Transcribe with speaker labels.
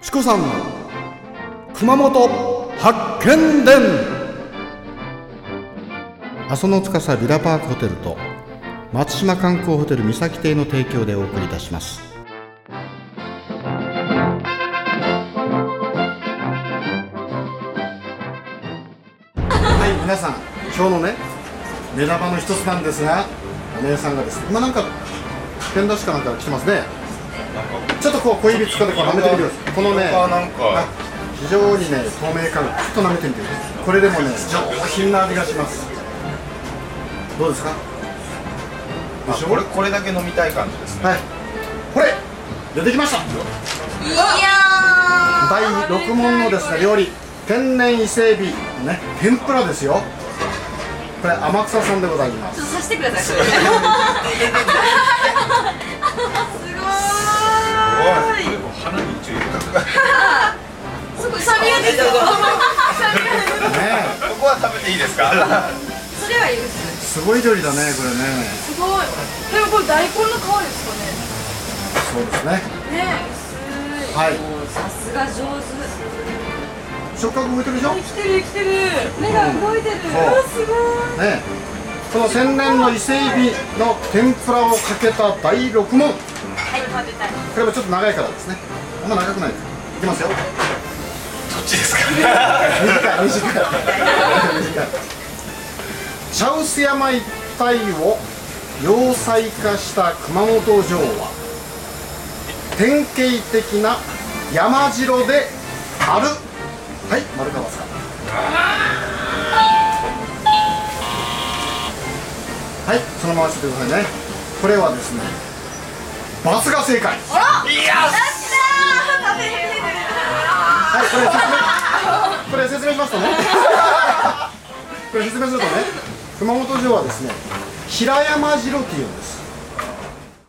Speaker 1: チコさん熊本発見伝阿蘇の司ビラパークホテルと松島観光ホテル三崎邸の提供でお送りいたしますはい皆さん今日のね目玉の一つなんですがお姉さんがですね今なんかペン出しかなんか来てますねちょっとこう小指つかでこう舐めてみてくださいこのね
Speaker 2: あなんか
Speaker 1: 非常にね透明感ちょっと舐めてみてくださいこれでもね上品な味がしますどうですかでしょ
Speaker 2: これこれだけ飲みたい感じですね
Speaker 1: はいこれ出てきました
Speaker 3: いや
Speaker 1: 第6問のですね料理天然伊勢海老ね天ぷらですよこれ天草さんでございます
Speaker 3: ーさしてくださいそれすご
Speaker 2: おい花に注意
Speaker 3: いすごいサビが出て
Speaker 1: ね
Speaker 3: る
Speaker 2: ここは食べていいですか
Speaker 3: それは許す
Speaker 1: えすごい料理だねこれね
Speaker 3: すごいでもこれ大根の皮ですか
Speaker 1: そうですね
Speaker 3: ねねえ薄い
Speaker 1: はい
Speaker 3: さすが上手
Speaker 1: 食感動いてるでしょね
Speaker 3: 生きてる生きてる目が動いてる
Speaker 1: そう
Speaker 3: うわすごい
Speaker 1: えこの天然の伊勢海老の天ぷらをかけた第6問
Speaker 3: はい食べたい
Speaker 1: これはちょっと長いからですねあんま長くないですいきますよ
Speaker 2: どっちですか
Speaker 1: 短い短い 短い茶臼山一帯を要塞化した熊本城は典型的な山城であるはい丸川さんはいそのまましてくださいねこれはですねバスが正解
Speaker 2: いや
Speaker 3: やったー食べれる
Speaker 1: はい、これ説明、これ説明しますとね。 これ説明するとね、熊本城はですね、平山城っていうんです。